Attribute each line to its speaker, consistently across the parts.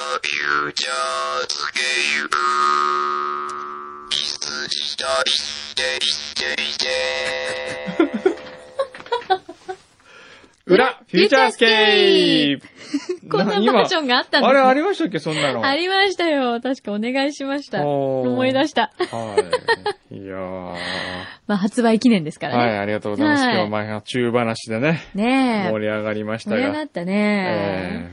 Speaker 1: ルチャーズゲームキスしたいっていていて
Speaker 2: 裏、フューチャースケープ
Speaker 3: こんなバージョンがあったん
Speaker 2: あれあ
Speaker 3: だ、
Speaker 2: りましたっけそんなの。
Speaker 3: ありましたよ。確かお願いしました。
Speaker 2: おー
Speaker 3: 思い出した。
Speaker 2: はい。いやー。
Speaker 3: ま あ、発売記念ですからね。
Speaker 2: はい、ありがとうございます。
Speaker 3: はい
Speaker 2: 今日前が中話でね、
Speaker 3: ねえ。
Speaker 2: 盛り上がりました
Speaker 3: 盛り上が
Speaker 2: が。
Speaker 3: った
Speaker 2: え
Speaker 3: ね、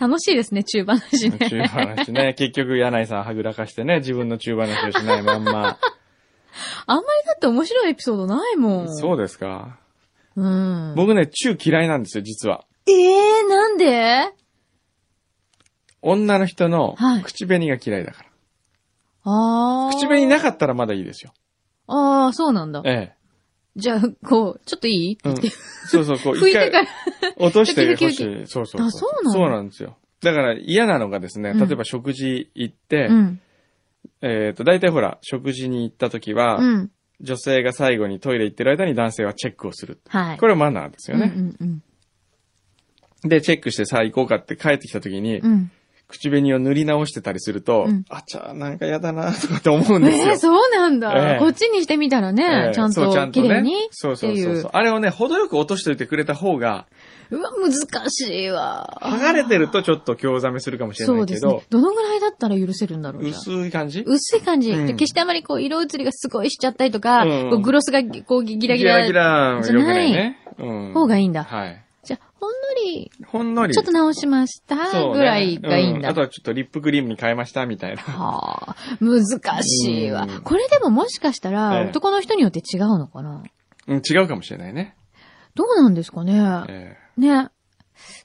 Speaker 3: 楽しいですね、中盤話
Speaker 2: ー
Speaker 3: ね。
Speaker 2: 中話 ね。結局、柳井さんはぐらかしてね、自分の中話をしないまんま。
Speaker 3: あんまりだって面白いエピソードないもん。
Speaker 2: そうですか。
Speaker 3: う。うん。
Speaker 2: 僕ね、中嫌いなんですよ、実は。
Speaker 3: ええー、なんで
Speaker 2: 女の人の
Speaker 3: はい
Speaker 2: 口紅が嫌いだから。
Speaker 3: ああ。
Speaker 2: 口紅なかったらまだいいですよ。
Speaker 3: ああ、そうなんだ。
Speaker 2: え
Speaker 3: じゃあ、こう、ちょっといい、
Speaker 2: え。うん、そうそう、こう、一
Speaker 3: 拭いて
Speaker 2: 回
Speaker 3: から。
Speaker 2: 落としてほし
Speaker 3: ちょっ
Speaker 2: い。そうそうそう。
Speaker 3: あそうなの
Speaker 2: そうなんですよ。だから嫌なのがですね、
Speaker 3: うん
Speaker 2: 例えば食事行って、
Speaker 3: うん。
Speaker 2: えっ、と、大体ほら、食事に行った時は、
Speaker 3: うん。
Speaker 2: 女性が最後にトイレ行ってる間に男性はチェックをする。
Speaker 3: はい。
Speaker 2: これはマナーですよね。
Speaker 3: うんうん
Speaker 2: で、チェックしてさあ行こうかって帰ってきた時に、
Speaker 3: うん。うん。
Speaker 2: 口紅を塗り直してたりすると、
Speaker 3: うん
Speaker 2: あちゃー、なんか嫌だなとかって思うんですよ。
Speaker 3: ええそうなんだ、
Speaker 2: ええ
Speaker 3: こっちにしてみたらね、
Speaker 2: ええ
Speaker 3: ちゃん
Speaker 2: そう
Speaker 3: と綺麗にってい
Speaker 2: そう
Speaker 3: う。
Speaker 2: そうそうそう。あれをね、程よく落としておいてくれた方が、
Speaker 3: うわ、難しいわ。
Speaker 2: 剥がれてるとちょっと興ざめするかもしれ
Speaker 3: そ
Speaker 2: な
Speaker 3: う
Speaker 2: い
Speaker 3: で
Speaker 2: け
Speaker 3: す
Speaker 2: ど
Speaker 3: ね、。どのぐらいだったら許せるんだろうじゃあ
Speaker 2: 薄い感じ
Speaker 3: 薄い感じ。
Speaker 2: うん
Speaker 3: で決してあまりこう、色移りがすごいしちゃったりとか、
Speaker 2: うん
Speaker 3: こうグロスがこうギラギ
Speaker 2: ギ
Speaker 3: ラ
Speaker 2: ラギラ
Speaker 3: じゃない
Speaker 2: 良くないね。うん。
Speaker 3: 方がいいんだ。
Speaker 2: はい。
Speaker 3: じゃあ、ほんのり、
Speaker 2: ほんのり。
Speaker 3: ちょっと直しました、ぐらいがいいん
Speaker 2: う
Speaker 3: だ。
Speaker 2: あとはちょっとリップクリームに変えました、みたいな。
Speaker 3: はあ、難しいわ
Speaker 2: うん。
Speaker 3: これでももしかしたら、
Speaker 2: ええ
Speaker 3: 男の人によって違うのかな
Speaker 2: うん、違うかもしれないね。
Speaker 3: どうなんですかね
Speaker 2: え
Speaker 3: ね。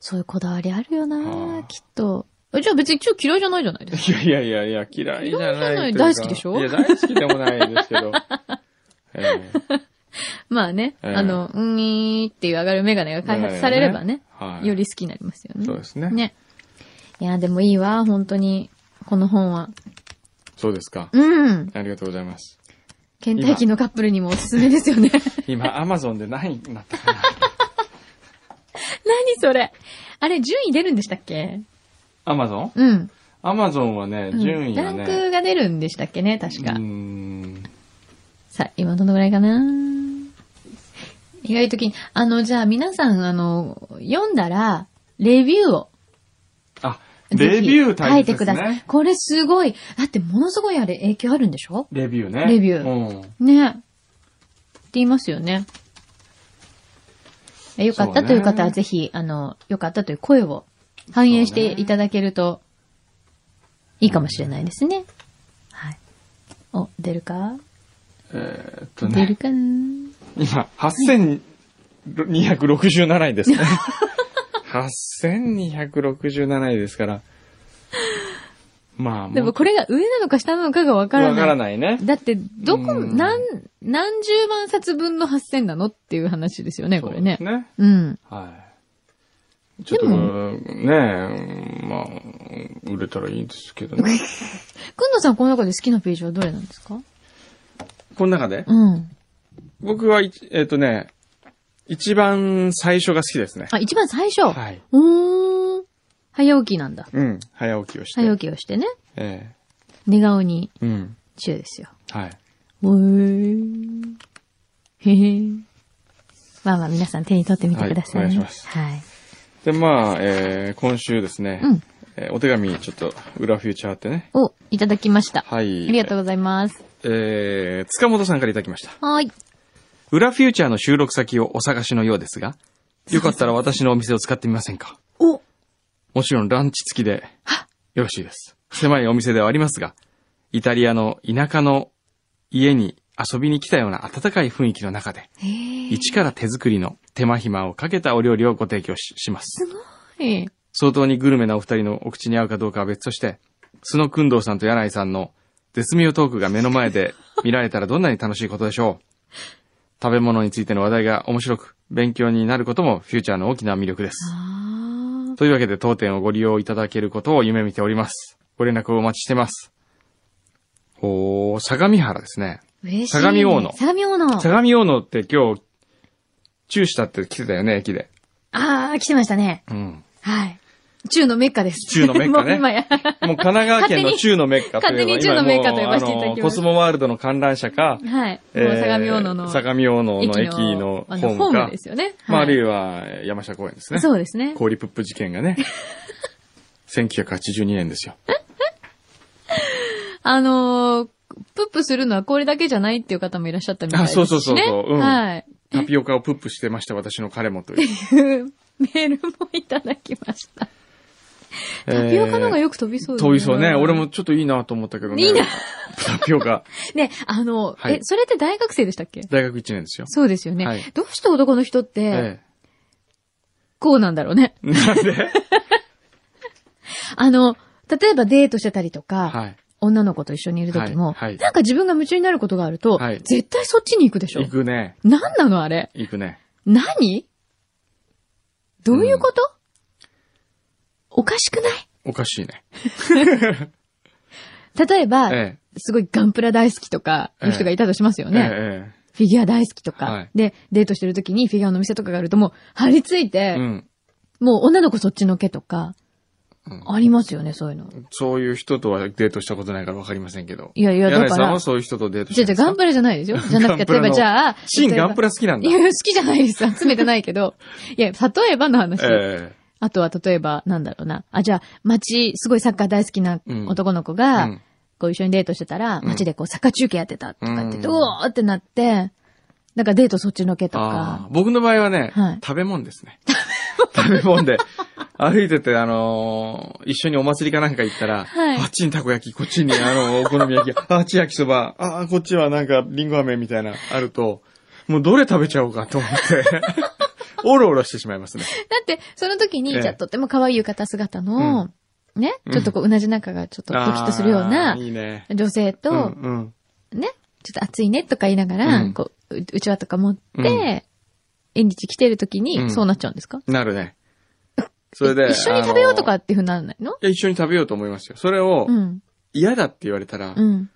Speaker 3: そういうこだわりある
Speaker 2: は
Speaker 3: よ
Speaker 2: あ
Speaker 3: な、きっと。えじゃあ別に中嫌いじゃないじゃないですか。
Speaker 2: えいやいやいやいや、嫌いじゃないというか。
Speaker 3: 大好きでしょ
Speaker 2: いや、大好きでもないですけ ど。ええ
Speaker 3: まあね、
Speaker 2: ええ
Speaker 3: あの、うーんっていう上がるメガネが開発されればね、
Speaker 2: はい。
Speaker 3: より好きになりますよね。
Speaker 2: そうですね。
Speaker 3: ね。いや、でもいいわ、本当に。この本は。
Speaker 2: そうですか。
Speaker 3: うん。
Speaker 2: ありがとうございます。
Speaker 3: 倦怠期のカップルにもおすすめですよね。
Speaker 2: 今、アマゾンで何になったかな。
Speaker 3: 何それ。あれ、順位出るんでしたっけ
Speaker 2: アマゾン
Speaker 3: うん。
Speaker 2: アマゾンはね、順位
Speaker 3: ラ
Speaker 2: は
Speaker 3: ン
Speaker 2: ね。
Speaker 3: クが出るんでしたっけね、確か。
Speaker 2: うーん。
Speaker 3: さあ、今どのぐらいかな意外とき、あの、じゃあ皆さん、あの、読んだら、レビューを。
Speaker 2: あ、
Speaker 3: ぜ
Speaker 2: レ
Speaker 3: ひ
Speaker 2: ビュー
Speaker 3: 書
Speaker 2: 大
Speaker 3: い
Speaker 2: 切
Speaker 3: て
Speaker 2: で
Speaker 3: く
Speaker 2: す
Speaker 3: ださい
Speaker 2: ね。。
Speaker 3: これすごい。だってものすごいあれ影響あるんでしょ
Speaker 2: レビューね。
Speaker 3: レビュー
Speaker 2: うん。
Speaker 3: ね。って言いますよね。えよかっ
Speaker 2: そう
Speaker 3: た
Speaker 2: ね
Speaker 3: という方はぜひ、あの、よかったという声を反映していただけると、いいかもしれないですね。はい。お、出るか
Speaker 2: えーっと
Speaker 3: 出
Speaker 2: ね
Speaker 3: る。かな
Speaker 2: 今、8267位ですね。8267位ですから。まあ、もう
Speaker 3: でもこれが上なのか下なのかがわからない。
Speaker 2: わからないね。
Speaker 3: だって、どこ、
Speaker 2: うん
Speaker 3: 何、何十万冊分の8000なのっていう話ですよね、これね
Speaker 2: そう。ですね。
Speaker 3: うん。
Speaker 2: はい。ちょっと、ねえ、
Speaker 3: で
Speaker 2: う
Speaker 3: も
Speaker 2: んまあ、うん売れたらいいですけどね。
Speaker 3: くんのさん、この中で好きなページはどれなんですか
Speaker 2: この中で
Speaker 3: うん。
Speaker 2: 僕は一、えーっ、とね、一番最初が好きですね。
Speaker 3: あ、一番最初。
Speaker 2: はい。
Speaker 3: うーん。早起きなんだ。
Speaker 2: うん。早起きをして。
Speaker 3: 早起きをしてね。
Speaker 2: え
Speaker 3: 寝顔に
Speaker 2: えうん。
Speaker 3: 中ですよ。
Speaker 2: はい。
Speaker 3: うー。へへ。まあまあ皆さん手に取ってみてください、
Speaker 2: は
Speaker 3: ね
Speaker 2: いお願いします
Speaker 3: はい。
Speaker 2: で、まあ、えー、今週ですね、
Speaker 3: うん
Speaker 2: えーお手紙、ちょっと、裏フューチャーってね。
Speaker 3: お、いただきました。
Speaker 2: は
Speaker 3: あ
Speaker 2: い。
Speaker 3: りがとうございます。
Speaker 2: えー、塚本さんからいただきました。
Speaker 3: はーい。
Speaker 2: 裏フューチャーの収録先をお探しのようですが、よかったら私のお店を使ってみませんか
Speaker 3: お、
Speaker 2: もちろんランチ付きで、よろしいです。狭いお店ではありますが、イタリアの田舎の家に遊びに来たような温かい雰囲気の中で、
Speaker 3: へー。
Speaker 2: 一から手作りの手間暇をかけたお料理をご提供しします。
Speaker 3: はい
Speaker 2: 相当にグルメなお二人のお口に合うかどうかは別として、須野くんどうさんと柳井さんの絶妙トークが目の前で見られたらどんなに楽しいことでしょう。食べ物についての話題が面白く、勉強になることもフューチャーの大きな魅力です。
Speaker 3: あー
Speaker 2: というわけで当店をご利用いただけることを夢見ております。ご連絡をお待ちしてます。おー、相模原ですね。
Speaker 3: 嬉しい、
Speaker 2: 相模大野
Speaker 3: 相模大野。
Speaker 2: 相模大野って今日、チューしたって来てたよね、駅で。
Speaker 3: あー、来てましたね。
Speaker 2: うん。
Speaker 3: はい。中のメッカです。
Speaker 2: 中のメッカね
Speaker 3: もう今や。
Speaker 2: もう神奈川県の中のメッカといえば
Speaker 3: 勝手に勝手に中のメッカと呼ばせていただ
Speaker 2: 今もう
Speaker 3: きます
Speaker 2: あのコスモワールドの観覧車か、
Speaker 3: はい。
Speaker 2: え
Speaker 3: もう
Speaker 2: ー
Speaker 3: 相模大野の。
Speaker 2: 相模大野の駅のホ
Speaker 3: あの
Speaker 2: ームか
Speaker 3: ですよね。
Speaker 2: まあ、あるい
Speaker 3: は
Speaker 2: は山下公園です
Speaker 3: い
Speaker 2: ね。
Speaker 3: そうですね。
Speaker 2: 氷プップ事件が ね。1982年ですよ。
Speaker 3: あのー、プップするのはこれだけじゃないっていう方もいらっしゃったみたいですし、ね。
Speaker 2: あそうそうそうそううん
Speaker 3: はい。
Speaker 2: タピオカをプップしてました、私の彼もという。
Speaker 3: メールもいただきました。 タピオカの方がよく飛びそうです
Speaker 2: 遠いそうね。俺も。ちょっといいなと思ったけどね。
Speaker 3: いいな
Speaker 2: タピオカ、
Speaker 3: ね、あの、
Speaker 2: はい
Speaker 3: え、それって大学生でしたっけ
Speaker 2: 大学1年ですよ。
Speaker 3: そうですよね。
Speaker 2: はい
Speaker 3: どうして男の人って、
Speaker 2: え
Speaker 3: こうなんだろうね。
Speaker 2: え。なん で
Speaker 3: あの、例えばデートしてたりとか、
Speaker 2: はい。
Speaker 3: 女の子と一緒にいる時も、
Speaker 2: はいはい
Speaker 3: なんか自分が夢中になることがあると、
Speaker 2: はい
Speaker 3: 絶対そっちに行くでしょ
Speaker 2: 行。くね。
Speaker 3: 何なのあれ
Speaker 2: 行くね。
Speaker 3: 何どういうこと、おかしくない
Speaker 2: おかしいね。
Speaker 3: 例えば、
Speaker 2: え
Speaker 3: すごいガンプラ大好きとか、いう人がいたとしますよ
Speaker 2: え。
Speaker 3: ね。
Speaker 2: え
Speaker 3: フィギュア大好きとか、
Speaker 2: はい
Speaker 3: で、デートしてる時にフィギュアの店とかがあるともう張り付い
Speaker 2: え。
Speaker 3: て、
Speaker 2: うん。
Speaker 3: もう女の子そっちのけとか、
Speaker 2: うん
Speaker 3: ありますよね、そういうの。
Speaker 2: そういう人とはデートしたことないからわかりませんけど。
Speaker 3: いやいや、だ
Speaker 2: 柳井さ
Speaker 3: か
Speaker 2: ん
Speaker 3: ら
Speaker 2: は、そういう人とデートし
Speaker 3: じ
Speaker 2: て
Speaker 3: ゃあじゃあガンプラじゃないですよ。じゃなく
Speaker 2: ガン
Speaker 3: て、
Speaker 2: プ
Speaker 3: 例え
Speaker 2: ラの
Speaker 3: ばじゃあ、
Speaker 2: シンガンプ
Speaker 3: ラ
Speaker 2: ラ好きなんだ
Speaker 3: い。や、好きじゃないです。集めてないけど。いや、例えばの話。
Speaker 2: え
Speaker 3: あとは、例えば、なんだろうな。あ、じゃあ、街、すごいサッカー大好きな
Speaker 2: うん
Speaker 3: 男の子
Speaker 2: え。
Speaker 3: が、
Speaker 2: うん
Speaker 3: こう一緒にデートしてたら、
Speaker 2: ん
Speaker 3: 街でこうサッカー中継やってたとかって、
Speaker 2: う
Speaker 3: うんおーってなって、なんかデートそっちのけと
Speaker 2: ああ
Speaker 3: か。
Speaker 2: 僕の場合はね、
Speaker 3: はい
Speaker 2: 食べ物です ね。食べ物で、歩いてて、あのー一緒にお祭りかなんか行ったら、
Speaker 3: はい
Speaker 2: あっちにたこ焼き、こっちにあの、お好み焼き、あっち焼きそば、ああ、こっちはなんか、りんご飴みたいな、あると、もうどれ食べちゃおうかと 思って、おろおろしてしまいますね。
Speaker 3: だって、その時に、
Speaker 2: ええ
Speaker 3: じゃあとっても可愛い浴衣姿の、ね、ちょっとこう、うなじ中がちょっとドキッとするよう
Speaker 2: あ
Speaker 3: な
Speaker 2: ーいいね。
Speaker 3: 女性と、
Speaker 2: うん、うん。
Speaker 3: ね、ちょっと暑いねとか言いながら、
Speaker 2: うん
Speaker 3: こう、ううちわとか持って、
Speaker 2: うん
Speaker 3: 縁日来てる時
Speaker 2: う
Speaker 3: に、
Speaker 2: ん
Speaker 3: そうなっちゃうんですか、
Speaker 2: なるね。それで。
Speaker 3: 一緒に食べようとか
Speaker 2: あのー
Speaker 3: っていうふうにならないの
Speaker 2: いや一緒に食べようと思いますよ。それを
Speaker 3: う、ん。
Speaker 2: 嫌だって言われたら、
Speaker 3: うん。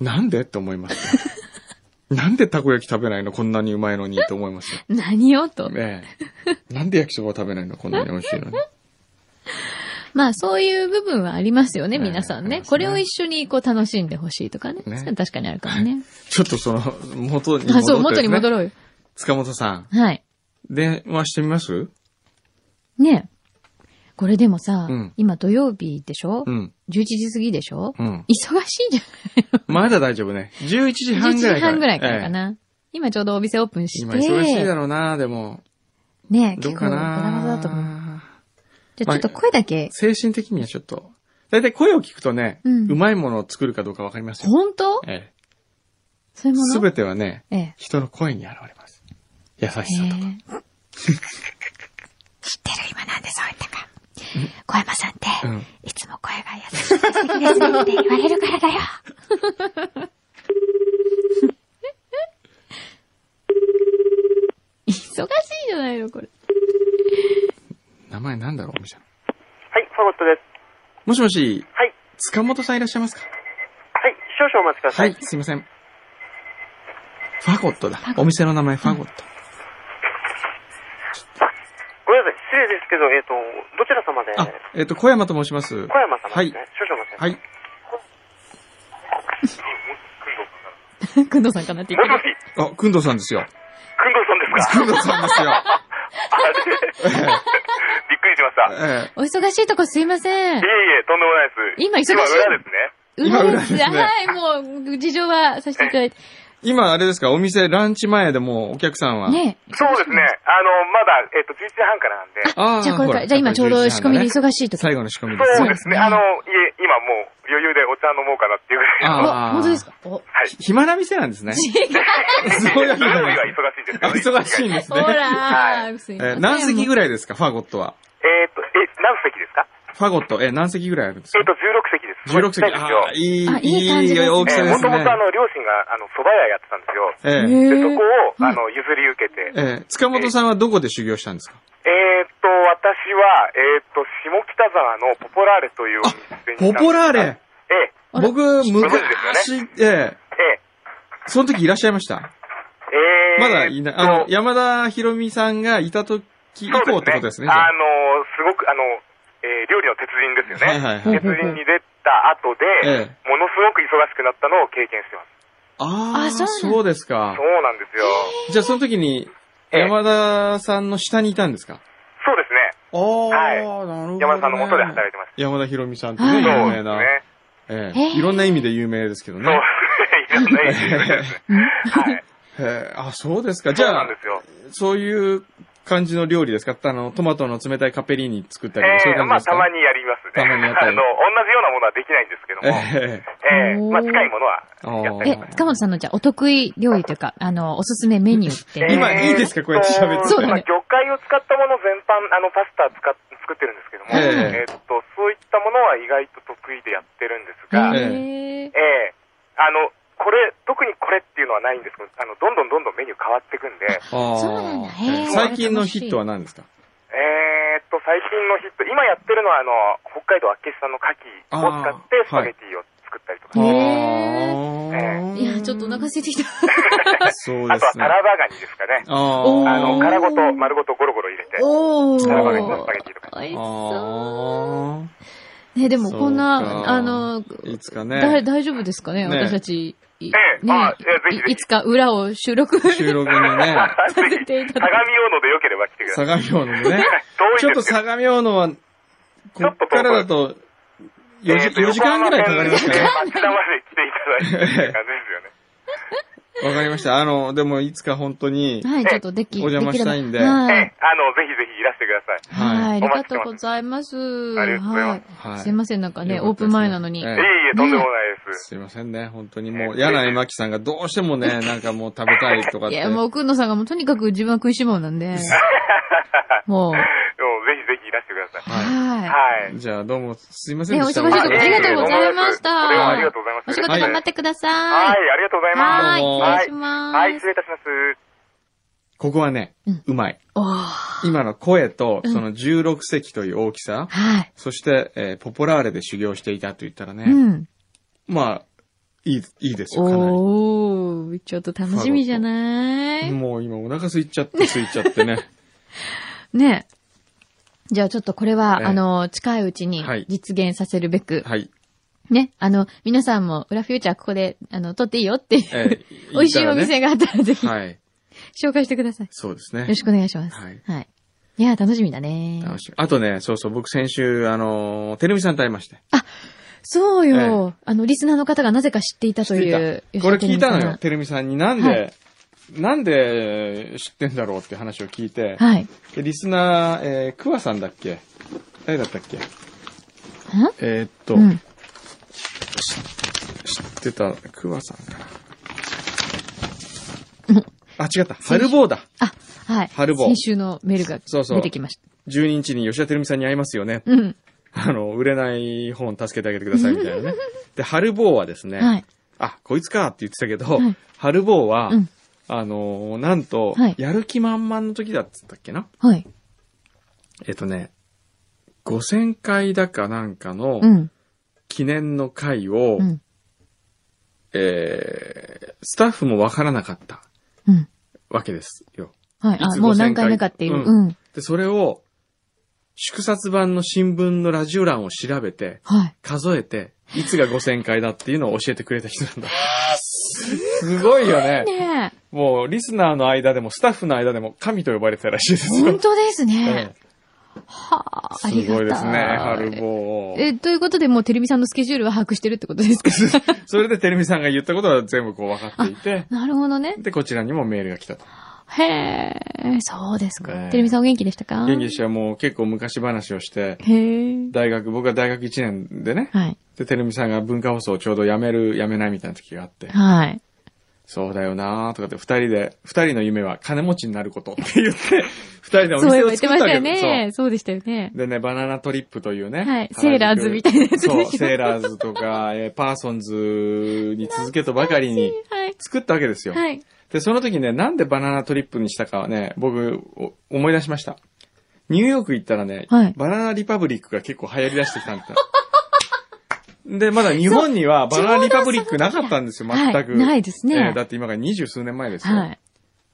Speaker 2: なんでって思います ね、なんでたこ焼き食べないのこんなにうまいのにって思いますよ。
Speaker 3: 何をと。
Speaker 2: ねえ。なんで焼きそばを食べないのこんなに美味しいのに。
Speaker 3: まあ、そういう部分はありますよね、
Speaker 2: ね
Speaker 3: 皆さん
Speaker 2: あり
Speaker 3: ね。
Speaker 2: ますね
Speaker 3: これを一緒にこう楽しんでほしいとかね。
Speaker 2: ね
Speaker 3: それは確かにあるから ね。
Speaker 2: ちょっとその、元に戻って、ね。
Speaker 3: あ、そう、元に戻
Speaker 2: う。
Speaker 3: ろうよ。
Speaker 2: 塚本さん、
Speaker 3: はい。
Speaker 2: 電話してみます
Speaker 3: ねえこれでもさ、
Speaker 2: うん
Speaker 3: 今土曜日でしょ、
Speaker 2: うん。
Speaker 3: ?11 時過ぎでしょ、
Speaker 2: うん。
Speaker 3: 忙しいんじゃ
Speaker 2: まだ大丈夫ね。11時
Speaker 3: ない
Speaker 2: 半
Speaker 3: ?11
Speaker 2: ぐら
Speaker 3: 時
Speaker 2: いから。
Speaker 3: 半ぐらいからか
Speaker 2: え
Speaker 3: な。今ちょうどお店オープン
Speaker 2: え
Speaker 3: して。
Speaker 2: 今忙しいだろうな、でも。
Speaker 3: ねえ、
Speaker 2: どう
Speaker 3: 結
Speaker 2: か
Speaker 3: 構バラバラだと思う。
Speaker 2: な。
Speaker 3: じゃあちょっと声だけ、
Speaker 2: 精神的にはちょっと。だいたい声を聞くとね、
Speaker 3: う
Speaker 2: うんまいものを作るかどうかわかりますよ。
Speaker 3: 本当
Speaker 2: え
Speaker 3: そういう
Speaker 2: え。
Speaker 3: もの
Speaker 2: すべてはね、
Speaker 3: ええ。
Speaker 2: 人の声に現れます。優しさ
Speaker 3: へ
Speaker 2: と
Speaker 3: え
Speaker 2: か。
Speaker 3: 知ってる今なんでそう言ったか。小山さんって、
Speaker 2: うん
Speaker 3: いつも声が優しいですねって言われるからだよ。 忙しいんじゃないのこれ。
Speaker 2: 名前なんだろう、お店の。
Speaker 4: はい、ファゴットです。
Speaker 2: もしもし、
Speaker 4: はい。
Speaker 2: 塚本さんいらっしゃいますか
Speaker 4: はい、少々お待ちくださ。
Speaker 2: はいい、すいません。ファゴットだ。お店の名前、ファゴット。
Speaker 4: ごめんなさい、失礼ですけど、えっ、と、どちら様で
Speaker 2: あ、えっ、と、小山と申します。
Speaker 4: 小山様
Speaker 2: は
Speaker 4: です
Speaker 2: い
Speaker 4: ね。。少々お待ちくだ
Speaker 2: は
Speaker 4: さい。
Speaker 2: い。
Speaker 3: くんどうさんかなって言
Speaker 4: も
Speaker 3: って
Speaker 4: しも
Speaker 3: る。
Speaker 4: し、
Speaker 2: あ、くんどうさんですよ。
Speaker 4: く
Speaker 2: くん
Speaker 4: んどうさんですか
Speaker 2: どうさんですよ。
Speaker 4: あれびっくりしました。い
Speaker 2: え
Speaker 3: お忙しいとこすいませ ん。
Speaker 4: えいえ、とんでもないです。
Speaker 3: 今忙しい
Speaker 4: 今、裏ですね。
Speaker 2: 今裏ですね
Speaker 3: はい、もう、事情はさせていただいて。
Speaker 2: え今、あれですか、お店、ランチ前でもうお客さんは。
Speaker 3: ねえ
Speaker 4: そうですね。あの、まだ、えっ、と、11時半からなんで。
Speaker 2: あー
Speaker 3: じゃあこれ
Speaker 2: ほ
Speaker 3: から、じゃあ今ちょうど仕込みで
Speaker 2: 11時半だね
Speaker 3: 忙しいとこ。
Speaker 2: 最後の仕込みです
Speaker 4: そう
Speaker 2: ね
Speaker 4: で。すね。あの、いえ、今もう余裕でお茶飲もうかなっていうぐらいの。
Speaker 2: あー
Speaker 3: お、本当ですかお、
Speaker 4: はい。
Speaker 2: 暇な店なんです ね。そういうわけじ
Speaker 4: 土
Speaker 2: ゃ
Speaker 4: 曜
Speaker 2: ない
Speaker 4: 日は
Speaker 2: です。
Speaker 4: 忙
Speaker 2: あ忙し
Speaker 4: しいですけど。
Speaker 2: いんですね。
Speaker 3: ほら
Speaker 4: は
Speaker 3: ー、すいま
Speaker 2: え
Speaker 3: せ
Speaker 2: ー
Speaker 3: ん
Speaker 2: 何席ぐらいですか、ファゴットは。
Speaker 4: えっ、と、え、何席ですか
Speaker 2: ファゴット、えー何席ぐらいあるんです
Speaker 4: えっ、
Speaker 2: か
Speaker 4: と、16席です。
Speaker 2: ?16 席。
Speaker 4: 少ないですよ
Speaker 2: あーいい
Speaker 3: あ、いい感
Speaker 2: い
Speaker 3: じで
Speaker 2: い
Speaker 3: すね
Speaker 2: 大きさで
Speaker 4: も
Speaker 2: す
Speaker 4: とも
Speaker 2: ね
Speaker 4: と。あの、両親が、あの、蕎麦屋やってたんですよ。
Speaker 2: え
Speaker 3: へ
Speaker 2: ー
Speaker 4: で、
Speaker 3: ー
Speaker 4: そこを、
Speaker 3: はい
Speaker 4: あの、譲り受けて。
Speaker 2: えー塚本さんはどこで修行したんですか
Speaker 4: えーっと、私は、えーっと、下北沢のポポラーレというお店に
Speaker 2: ポ
Speaker 4: いたんですが。
Speaker 2: ポラーレ
Speaker 4: ええ、
Speaker 3: あら
Speaker 2: 僕、昔、ええ
Speaker 4: え
Speaker 2: その時いらっしゃいました。
Speaker 4: え、えー
Speaker 2: まだいない。あの、
Speaker 4: そう
Speaker 2: 山田博美さんがいた時以降ってことですね。
Speaker 4: そうですねあの、すごく、あの、えー料理の鉄人ですよね。
Speaker 2: はいはい
Speaker 3: はい
Speaker 4: 鉄人に出た後で、
Speaker 2: ええ
Speaker 4: ものすごく忙しくなったのを経験してます。
Speaker 2: ああ、
Speaker 3: あそうなん
Speaker 2: そうですか
Speaker 4: そ。うなんですよ。
Speaker 2: じゃあその時に、
Speaker 4: ええ
Speaker 2: 山田さんの下にいたんですか
Speaker 4: そうですね。
Speaker 2: ああ、
Speaker 4: はい
Speaker 2: なるほど、ね。
Speaker 4: 山田さんの元で働いてまし
Speaker 2: 山田博美さんって
Speaker 3: は
Speaker 2: ね、
Speaker 3: い
Speaker 2: 有
Speaker 4: た。そう
Speaker 2: 名
Speaker 4: です
Speaker 2: な、
Speaker 4: ね。
Speaker 2: え
Speaker 3: へ
Speaker 2: え
Speaker 3: え
Speaker 2: いろんな意味で有名ですけどね。
Speaker 4: そう。い ろんな意 味でですね。はい。
Speaker 2: へえあ、そうですか。じ
Speaker 4: そう
Speaker 2: ゃ
Speaker 4: な
Speaker 2: あ
Speaker 4: ん、ですよ。
Speaker 2: そういう感じの料理ですかあの、トマトの冷たいカペリーニ作ったり、そういう
Speaker 4: え
Speaker 2: 感じ
Speaker 4: えま
Speaker 2: で
Speaker 4: あ、
Speaker 2: すか
Speaker 4: たまにやりますね。
Speaker 2: たまにやった
Speaker 4: あ
Speaker 2: り
Speaker 4: の、同じようなものはできないんですけども、え
Speaker 2: え
Speaker 4: えま
Speaker 3: お
Speaker 4: あ、
Speaker 3: ー
Speaker 4: 近いものは
Speaker 2: えああ
Speaker 4: やったり
Speaker 3: え、塚本さんのじゃあお得意料理というか、あの、おすすめメニューって
Speaker 4: えー
Speaker 3: ね。
Speaker 2: 今いいですかこうやって喋って
Speaker 3: て
Speaker 4: そうだねまあ魚介を使ったもの全般、あの、パスタ使っ作ってるんですけども、
Speaker 2: え
Speaker 4: えーっと、そういったものは意外と得意でやってるんですが、え
Speaker 2: え
Speaker 3: へー
Speaker 4: えあの、これ、特にこれっていうのはないんですけど、あの、どんどんどんどんメニュー変わっていくんで、
Speaker 2: ああ
Speaker 3: そうなんだへえ
Speaker 2: 最近のヒットは何ですか
Speaker 4: えーっと、最近のヒット、今やってるのは、あの、北海道厚岸産の牡蠣を使ってスパゲティを作ったりと
Speaker 3: へ
Speaker 4: か、
Speaker 3: ー
Speaker 2: ああ
Speaker 3: いや、ちょっとお腹空いてきた。
Speaker 2: そう
Speaker 4: あ
Speaker 2: で
Speaker 4: とは
Speaker 2: すね
Speaker 4: タ。ラバガニですかね。
Speaker 2: あ
Speaker 3: おー
Speaker 4: あの、
Speaker 2: ー
Speaker 4: 殻ごと、丸ごとゴロゴロ入れて、
Speaker 3: おー。
Speaker 4: タラバガニのスパゲティとか。
Speaker 3: 美味しそう。
Speaker 2: あ
Speaker 3: ね、でもこん
Speaker 2: そうか
Speaker 3: な、あの、
Speaker 2: ーいつか
Speaker 3: だ
Speaker 2: ね、
Speaker 3: 大丈夫ですかね
Speaker 2: ね
Speaker 3: 私たち。い
Speaker 4: ええまあいやぜひぜ
Speaker 3: い
Speaker 4: ひ
Speaker 3: いつか裏を収録さ
Speaker 2: 収録にね、
Speaker 3: せていただ
Speaker 4: 相模大野でよければ来てください。
Speaker 2: 相模大野でね、ち
Speaker 4: 遠
Speaker 2: ょっ
Speaker 4: いで
Speaker 2: と
Speaker 4: すけど。
Speaker 2: 相模大野は、こっからだと4時
Speaker 4: えーと
Speaker 2: ,4 時間ぐらいかかりますか
Speaker 4: 横
Speaker 2: ね。
Speaker 4: 浜線で町田まで来ていただいてっていう感じですよね。
Speaker 2: わかりました。あの、でもいつか本当に
Speaker 3: き、はい、ちょっとでき、
Speaker 2: お邪魔
Speaker 3: できれば
Speaker 2: したいんで
Speaker 3: は
Speaker 4: え
Speaker 3: い。
Speaker 4: えあの、ぜひぜひいらしてください。
Speaker 3: はい、あ
Speaker 2: い。
Speaker 3: りがとうございます。
Speaker 4: ありがとうございます
Speaker 2: は
Speaker 3: はいい。すいません、なんかね、
Speaker 2: よか
Speaker 3: オ
Speaker 2: っ
Speaker 3: ー
Speaker 2: た
Speaker 3: プ
Speaker 2: ですね
Speaker 3: ン前なのに。
Speaker 2: え
Speaker 4: いえいえ、とんでもないです。
Speaker 2: すいませんね、本当にもう、柳井真紀さんがどうしても ね、なんかもう食べたいとかっ
Speaker 3: い
Speaker 2: て。
Speaker 3: や、もう、くんのさんがもうとにかく自分は食いしん坊なんで。もう、
Speaker 4: でもぜひぜひいらしてください。
Speaker 3: は
Speaker 4: はい。
Speaker 2: じゃあ、どうもすいま
Speaker 3: い。
Speaker 2: せん
Speaker 3: ね、
Speaker 2: で
Speaker 3: お
Speaker 2: した。
Speaker 3: 仕事ありがとうございました。
Speaker 4: これはありがとうございます。
Speaker 3: お仕事頑張ってくださ。
Speaker 4: はいい、ありがとうございます。
Speaker 3: はい、
Speaker 2: どうも
Speaker 3: お願いします。
Speaker 4: はい、失礼いたします。
Speaker 2: ここはね、
Speaker 3: うん
Speaker 2: うまい。
Speaker 3: おー
Speaker 2: 今の声と、
Speaker 3: うん
Speaker 2: その16席という大きさ、
Speaker 3: はい。
Speaker 2: そして、えーポポラーレで修行していたと言ったらね、
Speaker 3: うん。
Speaker 2: まあ、いい、いいですよ、かなり。
Speaker 3: おー、ちょっと楽しみじゃない
Speaker 2: もう今お腹空いちゃって、空いちゃって ね。
Speaker 3: ねじゃあちょっとこれは、
Speaker 2: ええ
Speaker 3: あの、近いうちに
Speaker 2: はい
Speaker 3: 実現させるべく、
Speaker 2: はい。
Speaker 3: ね、あの、皆さんも、裏フューチャーここで、あの、撮っていいよっていう、
Speaker 2: えー
Speaker 3: 美味しいお店があったらぜひ、
Speaker 2: はい。
Speaker 3: 紹介してください。
Speaker 2: そうです
Speaker 3: よ
Speaker 2: ね
Speaker 3: ろ。しくお願いします。
Speaker 2: は
Speaker 3: はいい。い、やー、楽しみだね。
Speaker 2: 楽しみ。あとね、そうそう、僕先週、あのー、てるみさんと会いまして。
Speaker 3: そうよ、あの、リスナーの方がなぜか知っていたとい
Speaker 2: 知
Speaker 3: う。
Speaker 2: っていたこれ聞いたのよ、
Speaker 3: 吉田照美さん
Speaker 2: てるみさんに。なんで、
Speaker 3: はい
Speaker 2: なんで知ってんだろうって話を聞いて、
Speaker 3: はい。
Speaker 2: でリスナー、えー、クワさんだっけ誰だったっけえーっと、
Speaker 3: うん。
Speaker 2: 知ってた、クワさんかな。あ、違った。春坊だ。
Speaker 3: あ、はい。
Speaker 2: 春坊
Speaker 3: 先週のメールが
Speaker 2: そうそう
Speaker 3: 出てきました。
Speaker 2: 12日に吉田てるみさんに会いますよね。
Speaker 3: うん。
Speaker 2: あの、売れない本助けてあげてくださいみたいなね。 で、春坊はですね、
Speaker 3: はい。
Speaker 2: あ、こいつかって言ってたけど、
Speaker 3: はい
Speaker 2: 春坊は、
Speaker 3: うん
Speaker 2: あのーなんと、
Speaker 3: はい
Speaker 2: やる気満々の時だっつったっけな
Speaker 3: はい。
Speaker 2: えっとね、5000回だかなんかの
Speaker 3: うん。
Speaker 2: 記念の会を、
Speaker 3: うん。
Speaker 2: えースタッフもわからなかった
Speaker 3: うん。
Speaker 2: わけですよ。
Speaker 3: はい。
Speaker 2: い
Speaker 3: あ、
Speaker 2: つ
Speaker 3: もう
Speaker 2: 5000
Speaker 3: 何回目かっていう。
Speaker 2: う
Speaker 3: うん。
Speaker 2: で、それを、祝冊版の新聞のラジオ欄を調べて、
Speaker 3: はい。
Speaker 2: 数えて、いつが5000回だっていうのを教えてくれた人なんだ。すごいよね。
Speaker 3: ねえ。
Speaker 2: もう、リスナーの間でも、スタッフの間でも、神と呼ばれてたらしいですよ
Speaker 3: 本。当です
Speaker 2: え
Speaker 3: ね。
Speaker 2: え
Speaker 3: はあ、あ
Speaker 2: す
Speaker 3: りがたい。
Speaker 2: ごいですね、春棒を。
Speaker 3: え、ということで、もう、てるみさんのスケジュールは把握してるってことですか
Speaker 2: それで、てるみさんが言ったことは全部こう分かっていて、
Speaker 3: なるほどね。
Speaker 2: で、こちらにもメールが来たと。
Speaker 3: へえ、そうです
Speaker 2: ねえ
Speaker 3: か。てるみさんお元気でしたか
Speaker 2: 元気氏はもう結構昔話をして、
Speaker 3: へえ。
Speaker 2: 大学、僕は大学1年でね、
Speaker 3: はい。
Speaker 2: で、てるみさんが文化放送をちょうど辞める、辞めないみたいな時があって、
Speaker 3: はい。
Speaker 2: そうだよなーとかって、二人で、二人の夢は金持ちになることって言って、二人でお
Speaker 3: そ
Speaker 2: 店を
Speaker 3: ういえば言っ
Speaker 2: 作
Speaker 3: て
Speaker 2: った
Speaker 3: まし
Speaker 2: わ
Speaker 3: た
Speaker 2: け
Speaker 3: よ
Speaker 2: ですそう
Speaker 3: ね。そうでしたよね。
Speaker 2: でね、バナナトリップというね。
Speaker 3: はい
Speaker 2: 原宿
Speaker 3: セーラーズみたいなやつでしょ
Speaker 2: そう、セーラーズとか、えーパーソンズに続けとばかりに
Speaker 3: はい。
Speaker 2: 作ったわけですよ。
Speaker 3: はい。
Speaker 2: で、その時ね、なんでバナナトリップにしたかはね、僕、お思い出しました。ニューヨーク行ったらね、
Speaker 3: はい
Speaker 2: バナナリパブリックが結構流行り出してきたんだ。 で、まだ日本にはバナナリパブリックなかったんですよ、
Speaker 3: そう
Speaker 2: 全
Speaker 3: ちょうどその時
Speaker 2: く。
Speaker 3: はいないですね
Speaker 2: えーだって今から二十数年前ですよ。
Speaker 3: はい。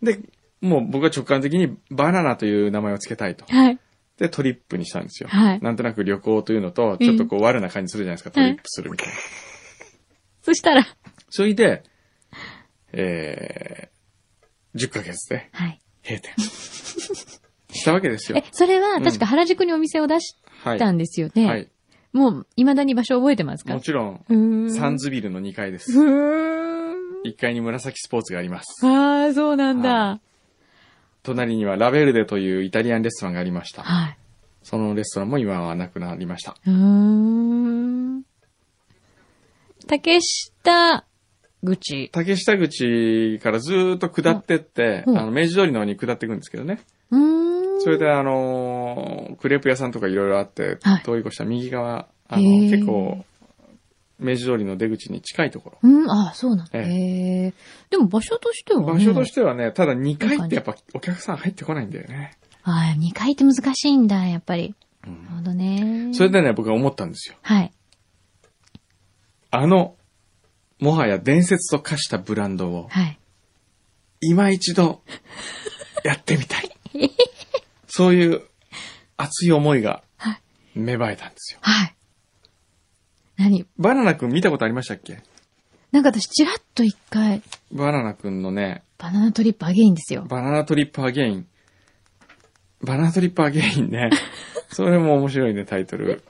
Speaker 2: で、もう僕は直感的にバナナという名前を付けたいと。
Speaker 3: はい。
Speaker 2: で、トリップにしたんですよ。
Speaker 3: はい
Speaker 2: なんとなく旅行というのと、ちょっとこう、悪な感じするじゃないですか、トリップするみたいな。
Speaker 3: そしたら、
Speaker 2: それで、えー、10ヶ月で
Speaker 3: はい。
Speaker 2: 閉店。したわけですよ
Speaker 3: え。、それは
Speaker 2: うん
Speaker 3: 確か原宿にお店を出し
Speaker 2: はい。
Speaker 3: たんですよね。
Speaker 2: はい。
Speaker 3: もう、未だに場所覚えてますか
Speaker 2: もちろん、
Speaker 3: うーん。
Speaker 2: サンズビルの2階で
Speaker 3: う
Speaker 2: す。
Speaker 3: ーん。
Speaker 2: 1階に紫スポーツがあります。
Speaker 3: ああ、そうなん
Speaker 2: は
Speaker 3: だ。
Speaker 2: 隣にはラベルデというイタリアンレストランがありました。
Speaker 3: はい。
Speaker 2: そのレストランも今はなくなりました。
Speaker 3: うーん。竹下口。
Speaker 2: 竹下口からずーっと下ってって、
Speaker 3: うん
Speaker 2: あの、明治通りの方に下っていくんですけどね。
Speaker 3: うーん。
Speaker 2: それで、あのークレープ屋さんとかいろいろあって
Speaker 3: はい、
Speaker 2: 通り越した右側、あの、
Speaker 3: へー
Speaker 2: 結構、明治通りの出口に近いところ。
Speaker 3: うん、ああ、そうなんだ。
Speaker 2: え
Speaker 3: へえ。でも場所としては、ね、
Speaker 2: 場所としてはね、ただ2階ってやっぱお客さん入ってこないんだよね。
Speaker 3: ああ、2階って難しいんだ、やっぱり。なるほどね。
Speaker 2: それでね、僕は思ったんですよ。
Speaker 3: はい。
Speaker 2: あの、もはや伝説と化したブランドを、
Speaker 3: はい。
Speaker 2: 今一度、やってみた い。そういう熱い思いが
Speaker 3: はい、
Speaker 2: 芽生えたんですよ。
Speaker 3: はい。何
Speaker 2: バナナ君見たことありましたっけ
Speaker 3: なんか私、ちらっと一回、
Speaker 2: バナナ君のね、
Speaker 3: バナナトリップアゲインですよ。
Speaker 2: バナナトリップアゲイン。バナナトリップアゲイン ね。それも面白いね、タイトル。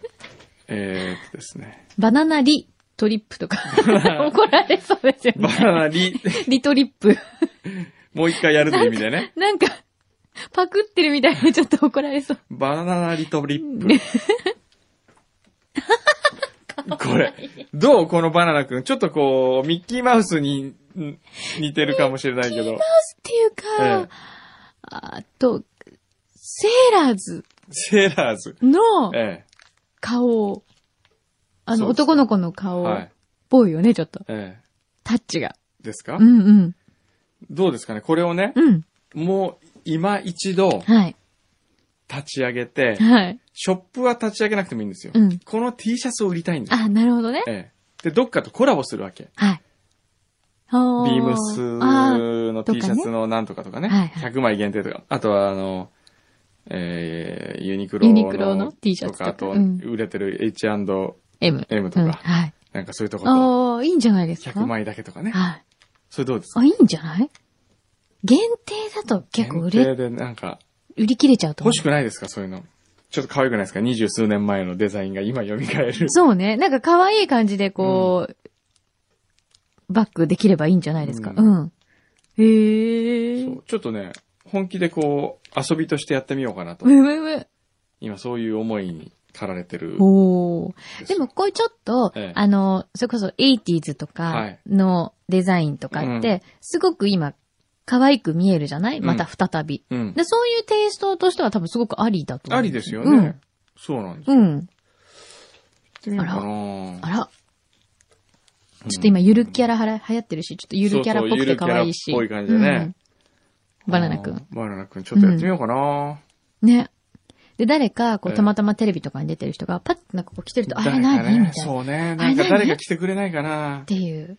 Speaker 2: えーっとですね。
Speaker 3: バナナリトリップ とか。怒られそうですよ
Speaker 2: バ
Speaker 3: ね。
Speaker 2: ナナ リ、
Speaker 3: リトリップ。
Speaker 2: もう一回やるという意味でね。
Speaker 3: なんか、パクってるみたいでちょっと怒られそう。
Speaker 2: バナナリトリップ。 これ。どうこのバナナくん。ちょっとこう、ミッキーマウスにん似てるかもしれないけど。
Speaker 3: っていうか、
Speaker 2: ええ
Speaker 3: あと、セーラーズ
Speaker 2: セーラーズ。
Speaker 3: の
Speaker 2: え
Speaker 3: 顔、あ
Speaker 2: そ
Speaker 3: の、
Speaker 2: うです
Speaker 3: 男の子の
Speaker 2: え。
Speaker 3: 顔
Speaker 2: は
Speaker 3: っ
Speaker 2: い。
Speaker 3: ぽいよね、ちょっと。
Speaker 2: え
Speaker 3: タッチが。
Speaker 2: え。ですか
Speaker 3: うんうん。
Speaker 2: どうですかねこれをね、
Speaker 3: うん。
Speaker 2: もう今一度
Speaker 3: はい。
Speaker 2: 立ち上げて、
Speaker 3: はい。
Speaker 2: ショップは立ち上げなくてもいいんですよ。
Speaker 3: うん
Speaker 2: この T シャツを売りたいんですよ。
Speaker 3: あ、なるほどね。
Speaker 2: ええ、で、どっかとコラボするわけ。
Speaker 3: はい。ビ
Speaker 2: ビームス
Speaker 3: あー
Speaker 2: の
Speaker 3: とか
Speaker 2: T
Speaker 3: ね
Speaker 2: シャツのなんとかとかね。
Speaker 3: はいはい
Speaker 2: 100枚限定とか。あとは、あの、えー、ユニクロ
Speaker 3: ユ
Speaker 2: の
Speaker 3: ニクロの T シャツとか
Speaker 2: あと、
Speaker 3: うん
Speaker 2: 売れてる H&M
Speaker 3: M。
Speaker 2: とか、
Speaker 3: うんはい。
Speaker 2: なんかそういうとこと、
Speaker 3: ああ、いいんじゃないですか。
Speaker 2: 100枚だけとかね。
Speaker 3: はい。
Speaker 2: それどうですか
Speaker 3: あ、いいんじゃない限定だと結構売れ、
Speaker 2: 限定でなんか、
Speaker 3: 売り切れちゃうと思
Speaker 2: 欲
Speaker 3: う。
Speaker 2: しくないですかそういうの。ちょっと可愛くないですか二十数年前のデザインが今蘇る。
Speaker 3: そうね。なんか可愛い感じでこう、バックできればいいんじゃないですか。
Speaker 2: う
Speaker 3: うん。へえ。
Speaker 2: そううちょっとね、本気でこう、遊びとしてやってみようかなと。
Speaker 3: むむ
Speaker 2: 今そういう思いに駆られてるん
Speaker 3: む。おー。
Speaker 2: です
Speaker 3: で
Speaker 2: よ
Speaker 3: も、こういうちょっと、
Speaker 2: ええ
Speaker 3: あの、それこそ 80s と
Speaker 2: は
Speaker 3: か
Speaker 2: い
Speaker 3: のデザインとかっ
Speaker 2: う
Speaker 3: て、すごく今、可愛く見えるじゃない
Speaker 2: うん
Speaker 3: また再び、
Speaker 2: うん。
Speaker 3: で。そういうテイストとしては多分すごくありだと思う。
Speaker 2: ありですよね。そうなんです
Speaker 3: う
Speaker 2: よ。
Speaker 3: ん。うん。
Speaker 2: 行ってみようかな
Speaker 3: あら。ちょっと今、ゆるキャラはら流行ってるし、ちょっとゆるキャラっぽくて可愛いし。
Speaker 2: そうそうゆるキャラっぽい感じでね
Speaker 3: うんバナナく。
Speaker 2: うんバナナくん、ちょっとやってみようかな、
Speaker 3: ね。で、誰か、こ
Speaker 2: え
Speaker 3: う、
Speaker 2: え
Speaker 3: たまたまテレビとかに出てる人が、パッとなんかこう来てると、あれ
Speaker 2: 誰か
Speaker 3: 何、み
Speaker 2: ね。
Speaker 3: たいな。っ
Speaker 2: そうね。
Speaker 3: あ
Speaker 2: な
Speaker 3: れ
Speaker 2: んか
Speaker 3: 何
Speaker 2: 誰か来てくれないかな
Speaker 3: ていう。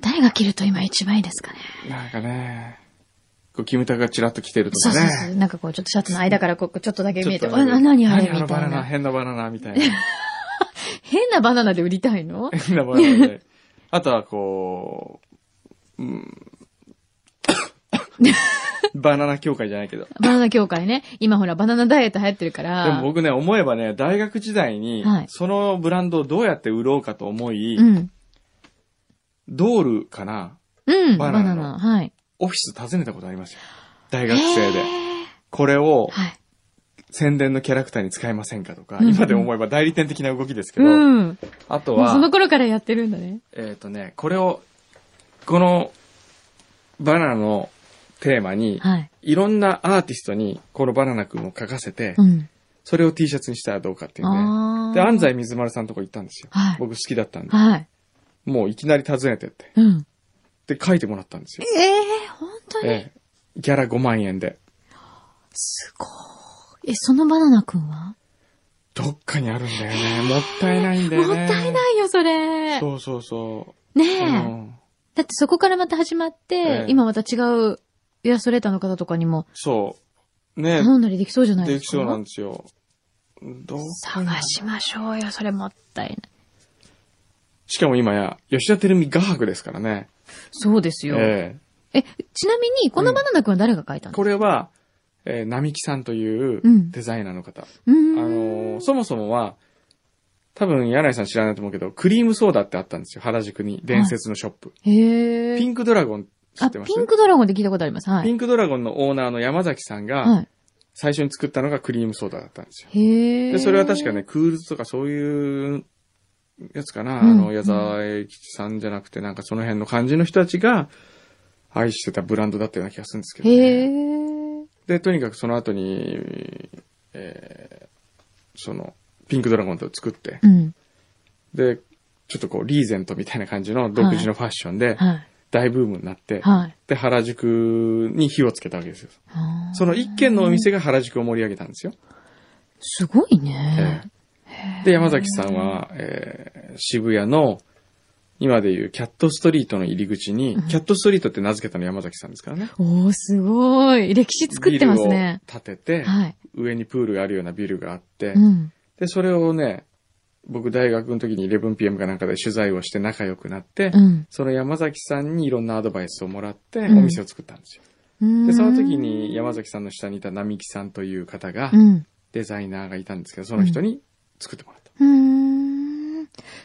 Speaker 3: 誰が着ると今一番いいですかね。
Speaker 2: なんかね。こう、キムタクがチラッと来てると
Speaker 3: そ
Speaker 2: か
Speaker 3: う
Speaker 2: ね。
Speaker 3: そうそう。なんかこう、ちょっとシャツの間からこう、ちょっとだけ見え
Speaker 2: ち
Speaker 3: て、
Speaker 2: ょっ
Speaker 3: あ
Speaker 2: とね
Speaker 3: な何あれ
Speaker 2: 何あの
Speaker 3: み
Speaker 2: バ
Speaker 3: た
Speaker 2: ナ
Speaker 3: い
Speaker 2: ナ、
Speaker 3: な。
Speaker 2: 変なバナナみたいな。
Speaker 3: 変なバナナで売りたいの
Speaker 2: 変なバナナ で。あとはこう、うん。 バナナ協会じゃないけど。
Speaker 3: バナナ協会ね。今ほら、バナナダイエット流行ってるから。
Speaker 2: でも僕ね、思えばね、大学時代に
Speaker 3: はい、
Speaker 2: そのブランドをどうやって売ろうかと思い、
Speaker 3: うん。
Speaker 2: ドールかな
Speaker 3: うん、
Speaker 2: バナ
Speaker 3: バナ
Speaker 2: ナ
Speaker 3: ナ。
Speaker 2: の
Speaker 3: はい。
Speaker 2: オフィス訪ねたことありますよ。大学生で
Speaker 3: へ。ー
Speaker 2: これを
Speaker 3: はい。
Speaker 2: 宣伝のキャラクターに使えませんかとか、
Speaker 3: うんうん
Speaker 2: 今で思えば代理店的な動きですけど、
Speaker 3: うん。
Speaker 2: あと
Speaker 3: もうその
Speaker 2: は、
Speaker 3: 頃からやってるんだね。
Speaker 2: えっ、とね、これを、このバナナのテーマに、
Speaker 3: はい。
Speaker 2: いろんなアーティストにこのバナナ君を書かせて、
Speaker 3: うん。
Speaker 2: それを T シャツにしたらどうかっていうね。
Speaker 3: ああ。
Speaker 2: で、安西水丸さんのとこ行ったんですよ。
Speaker 3: はい
Speaker 2: 僕好きだったんで。
Speaker 3: はい。
Speaker 2: もういきなり訪ねてって。
Speaker 3: うん。
Speaker 2: で、書いてもらったんですよ。
Speaker 3: ええ本当に、
Speaker 2: ええ。ギャラ5万円で。
Speaker 3: すごい。え、そのバナナくんは、
Speaker 2: どっかにあるんだよね。もったいないんだ
Speaker 3: もっ
Speaker 2: よね。
Speaker 3: たいないよ、それ。
Speaker 2: そうそうそ
Speaker 3: ね
Speaker 2: う。
Speaker 3: え、
Speaker 2: うん
Speaker 3: だってそこからまた始まって、
Speaker 2: ええ
Speaker 3: 今また違う、イラストレーターの方とかにも、
Speaker 2: そう。ね
Speaker 3: 頼んだりできそうじゃない
Speaker 2: で
Speaker 3: で
Speaker 2: き
Speaker 3: すか。
Speaker 2: そうなんですよ。どう
Speaker 3: 探しましょうよ、それもったいない。
Speaker 2: しかも今や、吉田照美画伯ですからね。
Speaker 3: そうですよ。え
Speaker 2: え
Speaker 3: ちなみに、このバナナ君は誰が書いた
Speaker 2: え
Speaker 3: の、
Speaker 2: これは、えー、並木さんという
Speaker 3: うん
Speaker 2: デザイナーの方。
Speaker 3: うーん
Speaker 2: あのーそもそもは、多分、柳井さん知らないと思うけど、クリームソーダってあったんですよ。原宿に。伝説のショップ。
Speaker 3: へえ。
Speaker 2: ピンクドラゴン知
Speaker 3: あ、
Speaker 2: ってます
Speaker 3: ピンクドラゴンで聞いたことあります。は
Speaker 2: ピ
Speaker 3: い。
Speaker 2: ンクドラゴンのオーナーの山崎さん
Speaker 3: は
Speaker 2: が、
Speaker 3: い。
Speaker 2: 最初に作ったのがクリームソーダだったんですよ。
Speaker 3: へえ。
Speaker 2: で、それは確かね、クールズとかそういうやつかな。
Speaker 3: うん
Speaker 2: あの、矢沢永吉さんじゃなくて、なんかその辺の感じの人たちが愛してたブランドだったような気がするんですけど、
Speaker 3: へ
Speaker 2: ね。
Speaker 3: え。
Speaker 2: で、とにかくその後に、えーその、ピンクドラゴンと作って
Speaker 3: う、ん。
Speaker 2: で、ちょっとこう、リーゼントみたいな感じの独自のファッションで、
Speaker 3: は
Speaker 2: 大ブームになって
Speaker 3: い。、はい。
Speaker 2: で、原宿に火をつけたわけですよ。
Speaker 3: あー
Speaker 2: その一軒のお店が原宿を盛り上げたんですよ。
Speaker 3: すごいね。
Speaker 2: ええで、山崎さんは、えー渋谷の、今でいうキャットストリートの入り口に、キャットストリートって名付けたの山崎さんですからね。
Speaker 3: おー、すごい。歴史作ってますね。
Speaker 2: ビルを建てて、
Speaker 3: はい。
Speaker 2: 上にプールがあるようなビルがあって、
Speaker 3: うん。
Speaker 2: で、それをね、僕大学の時に 11pm かなんかで取材をして仲良くなって、
Speaker 3: うん。
Speaker 2: その山崎さんにいろんなアドバイスをもらって、
Speaker 3: うん
Speaker 2: お店を作ったんですよ。
Speaker 3: で
Speaker 2: で、その時に山崎さんの下にいた並木さんという方が
Speaker 3: う、ん。
Speaker 2: デザイナーがいたんですけど、その人に作ってもらった。
Speaker 3: うーん。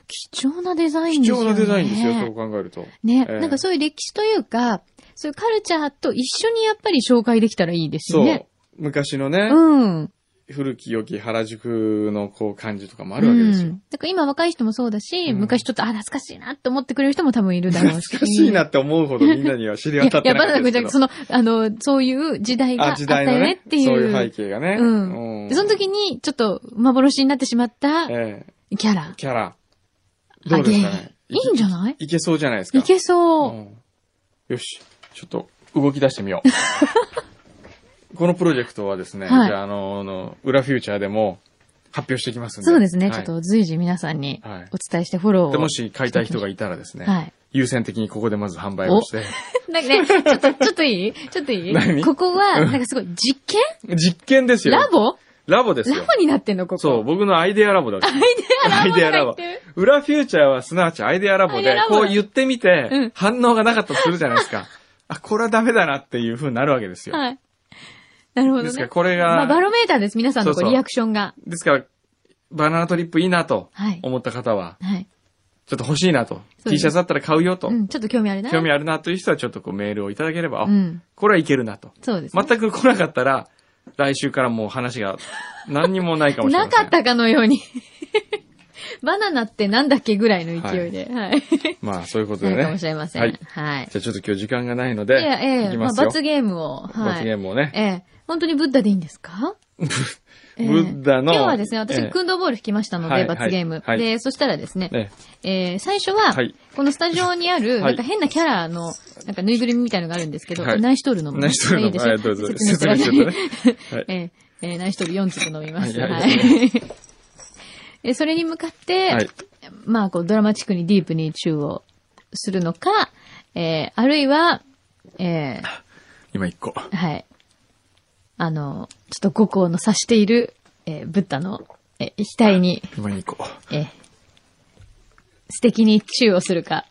Speaker 3: 貴重なデザイン
Speaker 2: 貴
Speaker 3: ですよね。
Speaker 2: 重なデザインですよ、そう考えると。
Speaker 3: ね、
Speaker 2: ええ
Speaker 3: なんかそういう歴史というか、そういうカルチャーと一緒にやっぱり紹介できたらいいです
Speaker 2: そ
Speaker 3: よ
Speaker 2: う。
Speaker 3: ね。
Speaker 2: 昔のね、
Speaker 3: うん。
Speaker 2: 古き良き原宿のこう感じとかもあるわけですよ。
Speaker 3: うん。だから今若い人もそうだし、
Speaker 2: うん
Speaker 3: 昔ちょっと、あ、懐かしいなって思ってくれる人も多分いるだろうし。
Speaker 2: 懐かしいなって思うほどみんなには知り
Speaker 3: いや、い
Speaker 2: 渡って
Speaker 3: や、バナ
Speaker 2: な
Speaker 3: ナ
Speaker 2: い
Speaker 3: 君
Speaker 2: で
Speaker 3: じゃ
Speaker 2: す
Speaker 3: なくて
Speaker 2: け
Speaker 3: そ
Speaker 2: ど。
Speaker 3: の、あの、そういう時代があ
Speaker 2: あ、
Speaker 3: った
Speaker 2: 時
Speaker 3: よ
Speaker 2: 代の
Speaker 3: ね
Speaker 2: ね
Speaker 3: っていう。
Speaker 2: そういう背景がね。
Speaker 3: うん。でその時に、ちょっと、幻になってしまったキ
Speaker 2: ええ
Speaker 3: ャラ。
Speaker 2: キャラ。どうですか
Speaker 3: あ
Speaker 2: ね。
Speaker 3: ゲイいいんじゃない
Speaker 2: いけそうじゃないですか。
Speaker 3: いけそうう。
Speaker 2: んよし、ちょっと動き出してみよう。 このプロジェクトはですね、
Speaker 3: はい
Speaker 2: じゃあ、あの、あの裏フューチャーでも発表していきますんで。
Speaker 3: そうですね。
Speaker 2: はい
Speaker 3: ちょっと随時皆さんに
Speaker 2: はい
Speaker 3: お伝えしてフォローを。
Speaker 2: でもし買いたい人がいたらですね、
Speaker 3: はい
Speaker 2: 優先的にここでまず販売をして、
Speaker 3: なんかね、ちょっと、ちょっといいちょっといい
Speaker 2: 何
Speaker 3: ここは、なんかすごい、実験
Speaker 2: 実験ですよ。
Speaker 3: ラボ
Speaker 2: ラボです
Speaker 3: ラ
Speaker 2: よ
Speaker 3: ボ。になってんの、ここ。
Speaker 2: そう、僕のアイデアラボだ。ア
Speaker 3: アイデアラボとか言ってる
Speaker 2: 裏フューチャーはすなわちアイデアラボ
Speaker 3: アイデア
Speaker 2: で
Speaker 3: ラ、ボ
Speaker 2: こ
Speaker 3: だ
Speaker 2: う言ってみて、
Speaker 3: うん
Speaker 2: 反応がなかったとするじゃないです か。あ、これはダメだなっていう風になるわけですよ。
Speaker 3: はい。なるほどね。
Speaker 2: ですから、これ
Speaker 3: まあ、
Speaker 2: が、
Speaker 3: バロメーターです。皆さんのこ
Speaker 2: そう
Speaker 3: う
Speaker 2: そう
Speaker 3: リアクションが。
Speaker 2: ですから、バナナトリップいいなと
Speaker 3: はい
Speaker 2: 思った方は、
Speaker 3: はい。
Speaker 2: ちょっと欲しいなと、
Speaker 3: す
Speaker 2: T シャツだったら買うよと、
Speaker 3: うん、ちょっと興味あるな。
Speaker 2: 興味あるなという人はちょっとこうメールをいただければ、あ
Speaker 3: うん。
Speaker 2: これはいけるなと。
Speaker 3: そうです、ね。
Speaker 2: 全く来なかったら、来週からもう話が何にもないかもしれ
Speaker 3: な
Speaker 2: ま
Speaker 3: か
Speaker 2: せん。
Speaker 3: ったかのように。バナナってなんだっけぐらいの勢いで。はい。
Speaker 2: まあ、そういうこと
Speaker 3: な
Speaker 2: で
Speaker 3: る
Speaker 2: ね。
Speaker 3: かもしれません。
Speaker 2: は
Speaker 3: はいい。
Speaker 2: じゃあちょっと今日時間がないので、
Speaker 3: いや、え
Speaker 2: い
Speaker 3: え
Speaker 2: きま
Speaker 3: まあ、
Speaker 2: すよ。
Speaker 3: 罰ゲームを。は
Speaker 2: 罰ゲ
Speaker 3: い。
Speaker 2: ームをね。
Speaker 3: ええ本当にブッダでいいんですかええ
Speaker 2: ブッダの
Speaker 3: 今日はですね、
Speaker 2: ええ
Speaker 3: 私、空洞ボール吹きましたの
Speaker 2: はい
Speaker 3: で、罰ゲーム
Speaker 2: は。い
Speaker 3: で、そしたらですね、
Speaker 2: ね
Speaker 3: えー最初は、
Speaker 2: はい
Speaker 3: このスタジオにある、
Speaker 2: は
Speaker 3: ないんか変なキャラの、なんかぬいぐるみみたいのがあるんですけど、
Speaker 2: はい
Speaker 3: ナイシトールのも
Speaker 2: 何しとるの
Speaker 3: いいでし
Speaker 2: は
Speaker 3: ょ
Speaker 2: い、どうぞ。
Speaker 3: 説明し
Speaker 2: 説
Speaker 3: てく
Speaker 2: 明
Speaker 3: だ
Speaker 2: し
Speaker 3: さ
Speaker 2: てください
Speaker 3: い。えーえーナイシトール4粒飲みます。
Speaker 2: はい
Speaker 3: は。
Speaker 2: はいい
Speaker 3: えーそれに向かって、
Speaker 2: はい
Speaker 3: まあ、こう、ドラマチックにディープに中をするのか、えーあるいは、えー
Speaker 2: 今一個。
Speaker 3: はい。あの、ちょっと五行の指している、えーブッダの、えー額に、
Speaker 2: 今二個。
Speaker 3: えー素敵にチューをするか。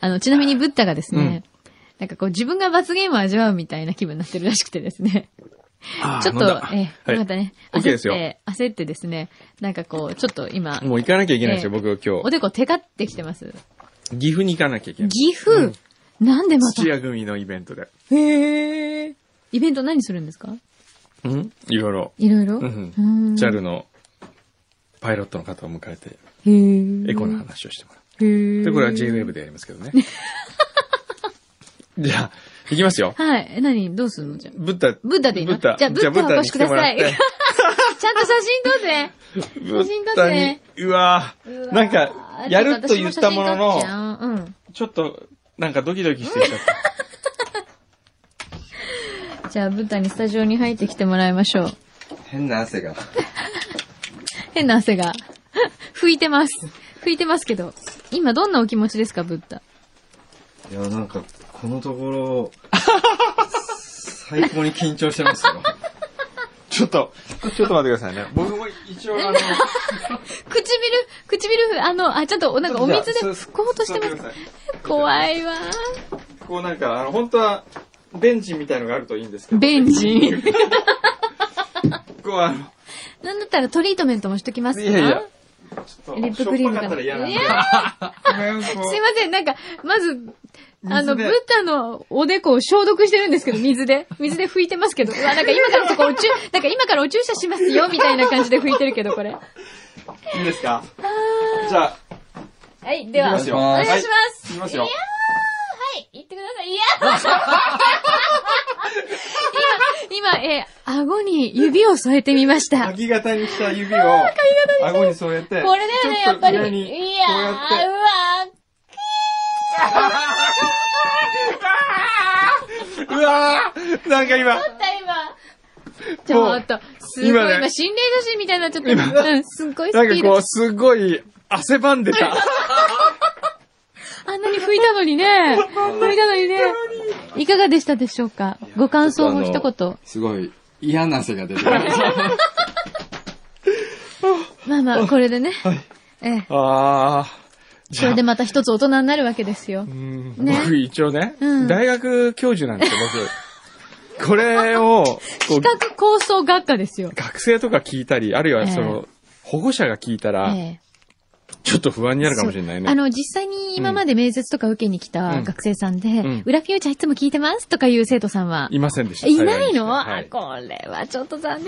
Speaker 3: あの、ちなみにブッダがですね、なんかこう自分が罰ゲームを味わうみたいな気分になってるらしくてですね。
Speaker 2: あー
Speaker 3: ちょっ
Speaker 2: 飲
Speaker 3: と
Speaker 2: んだ、
Speaker 3: えー、よかったね。
Speaker 2: はい OK ですよ
Speaker 3: 焦って、焦ってですね、なんかこう、ちょっと今、
Speaker 2: もう行かなきゃいけないんですよ、
Speaker 3: ええ
Speaker 2: 僕今
Speaker 3: おでこテカってきてます。
Speaker 2: 日。岐阜に行かなきゃいけない。
Speaker 3: 岐阜、なんでまた
Speaker 2: 土、屋組のイベントで。
Speaker 3: へーイベント何するんですか
Speaker 2: うんいろいろ。
Speaker 3: いろい
Speaker 2: う
Speaker 3: ろ
Speaker 2: ん
Speaker 3: うーん
Speaker 2: JAL のパイロットの方を迎えて、
Speaker 3: へー
Speaker 2: エコの話をしてもら
Speaker 3: へー
Speaker 2: う。で、これは JWAVE でやりますけどね。 じゃあ、行きますよ。
Speaker 3: はい。え何どうするのじゃあ
Speaker 2: ブッダ。
Speaker 3: ブッダでいいの
Speaker 2: ブッダ。
Speaker 3: じゃあブッダをお越しください。
Speaker 2: じ
Speaker 3: ちゃ
Speaker 2: ゃ
Speaker 3: んと 写真撮って。
Speaker 2: あブッダに来てもらってブ
Speaker 3: 写真撮
Speaker 2: ッ
Speaker 3: っ
Speaker 2: ダに
Speaker 3: て、
Speaker 2: うわ
Speaker 3: う
Speaker 2: ぁ、
Speaker 3: わ
Speaker 2: なんか、やると言ったもの
Speaker 3: ちょっと私も写真撮っちゃ
Speaker 2: の、
Speaker 3: ううん。
Speaker 2: ちょっと、なんかドキドキしてきちゃった。
Speaker 3: じゃあ、ブッダにスタジオに入ってきてもらいましょう。
Speaker 1: 変な汗が。
Speaker 3: 変な汗が。 拭いてます。拭いてますけど。今どんなお気持ちですか、ブッダ。
Speaker 1: いや、なんか、このところ、最高に緊張してますよ。
Speaker 2: ちょっと、ちょっと待ってくださいね。僕も一応、あの、
Speaker 3: 唇、唇、あの、あ、ちょっと、なんかお水で
Speaker 2: ちょっとじゃあ
Speaker 3: 拭こうとしてま
Speaker 2: 座ってくださ
Speaker 3: す。 怖いわ。
Speaker 2: こうなんか、あの、本当は、ベンチみたいのがあるといいんですけど、
Speaker 3: ベンジ。
Speaker 2: こうあの、
Speaker 3: なんだったらトリートメントもしときますか
Speaker 2: いやいや、ちょっ
Speaker 3: リ
Speaker 2: と、
Speaker 3: ッ
Speaker 2: し
Speaker 3: プ
Speaker 2: ょ
Speaker 3: クリー
Speaker 2: っ
Speaker 3: ム
Speaker 2: ぱ
Speaker 3: か
Speaker 2: かったら嫌なん
Speaker 3: い
Speaker 2: で
Speaker 3: や。
Speaker 2: こ
Speaker 3: すいません、なんか、まず、あの、
Speaker 2: 水
Speaker 3: ブ
Speaker 2: で
Speaker 3: ッダのおでこを消毒してるんですけど、水で。水で拭いてますけど、うわ、なんか今からそこお注、なんか今からお注射しますよ、みたいな感じで拭いてるけど、これ。は
Speaker 2: ういいですかじゃあ、
Speaker 3: い、では、お
Speaker 2: 行
Speaker 3: 願
Speaker 2: きま
Speaker 3: い
Speaker 2: す
Speaker 3: し
Speaker 2: よ
Speaker 3: ます。
Speaker 2: はい行きますよ
Speaker 3: やー、はい、行ってください。いやー 今、今、えー顎に指を添えてみました。
Speaker 2: 鍵型にした指を、顎に添えて、
Speaker 3: これだよね、
Speaker 2: ちょ
Speaker 3: やっぱり。い
Speaker 2: と上
Speaker 3: やー、
Speaker 2: にこうやって
Speaker 3: うわー、
Speaker 2: うわーなんか今、
Speaker 3: った今。ちょっと、すごい、
Speaker 2: 今
Speaker 3: 今
Speaker 2: ね
Speaker 3: 心霊写真みたいになっちゃった。うん、すっごいスピ
Speaker 2: なん
Speaker 3: ー
Speaker 2: かこ
Speaker 3: ド
Speaker 2: う、。すごい、汗ばんでた。
Speaker 3: あんなに拭いたのにね。拭いたのにね。いかがでしたでしょうかご感想を一言。
Speaker 2: すごい、嫌な汗が出てる。
Speaker 3: まあまあ、これでね。ええ。
Speaker 2: あー。じ
Speaker 3: こ
Speaker 2: ゃあ
Speaker 3: れでまた一つ大人になるわけですよ。
Speaker 2: うん
Speaker 3: ね
Speaker 2: 僕一応ね、
Speaker 3: うん
Speaker 2: 大学教授なんですよ、僕。これを、こう
Speaker 3: 企画構想学科ですよ。
Speaker 2: 学生とか聞いたり、あるいはそ
Speaker 3: え
Speaker 2: の、保護者が聞いたら、
Speaker 3: ええ
Speaker 2: ちょっと不安になるかもしれない
Speaker 3: そう
Speaker 2: ね。
Speaker 3: あの、実際に今まで面接とか受けに来た学生さんで、
Speaker 2: ん
Speaker 3: 裏フューチャーいつも聞いてますとかいう生徒さんはい
Speaker 2: ませんでした。
Speaker 3: いないの、
Speaker 2: 幸
Speaker 3: あ
Speaker 2: に
Speaker 3: これはちょっと残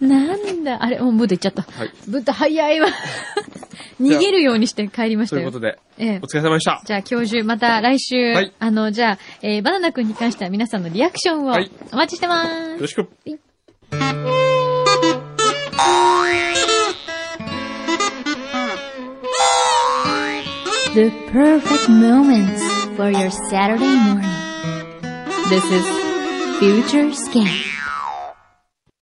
Speaker 3: 念ななんだ、あれ、もうブッダ行っちゃった。
Speaker 2: はい
Speaker 3: ブッダ早 いわ。逃げるようにして帰りまし
Speaker 2: と
Speaker 3: た
Speaker 2: いう
Speaker 3: よ。
Speaker 2: ことで、
Speaker 3: ええ
Speaker 2: お疲れ様でした。
Speaker 3: じゃあ、教授、また来週、
Speaker 2: はい
Speaker 3: あの、じゃあ、えーバナナ君に関しては皆さんのリアクションを
Speaker 2: はい
Speaker 3: お待ちしてます。
Speaker 2: よろしく。
Speaker 3: The perfect moments for your Saturday morning. This is Future Scan.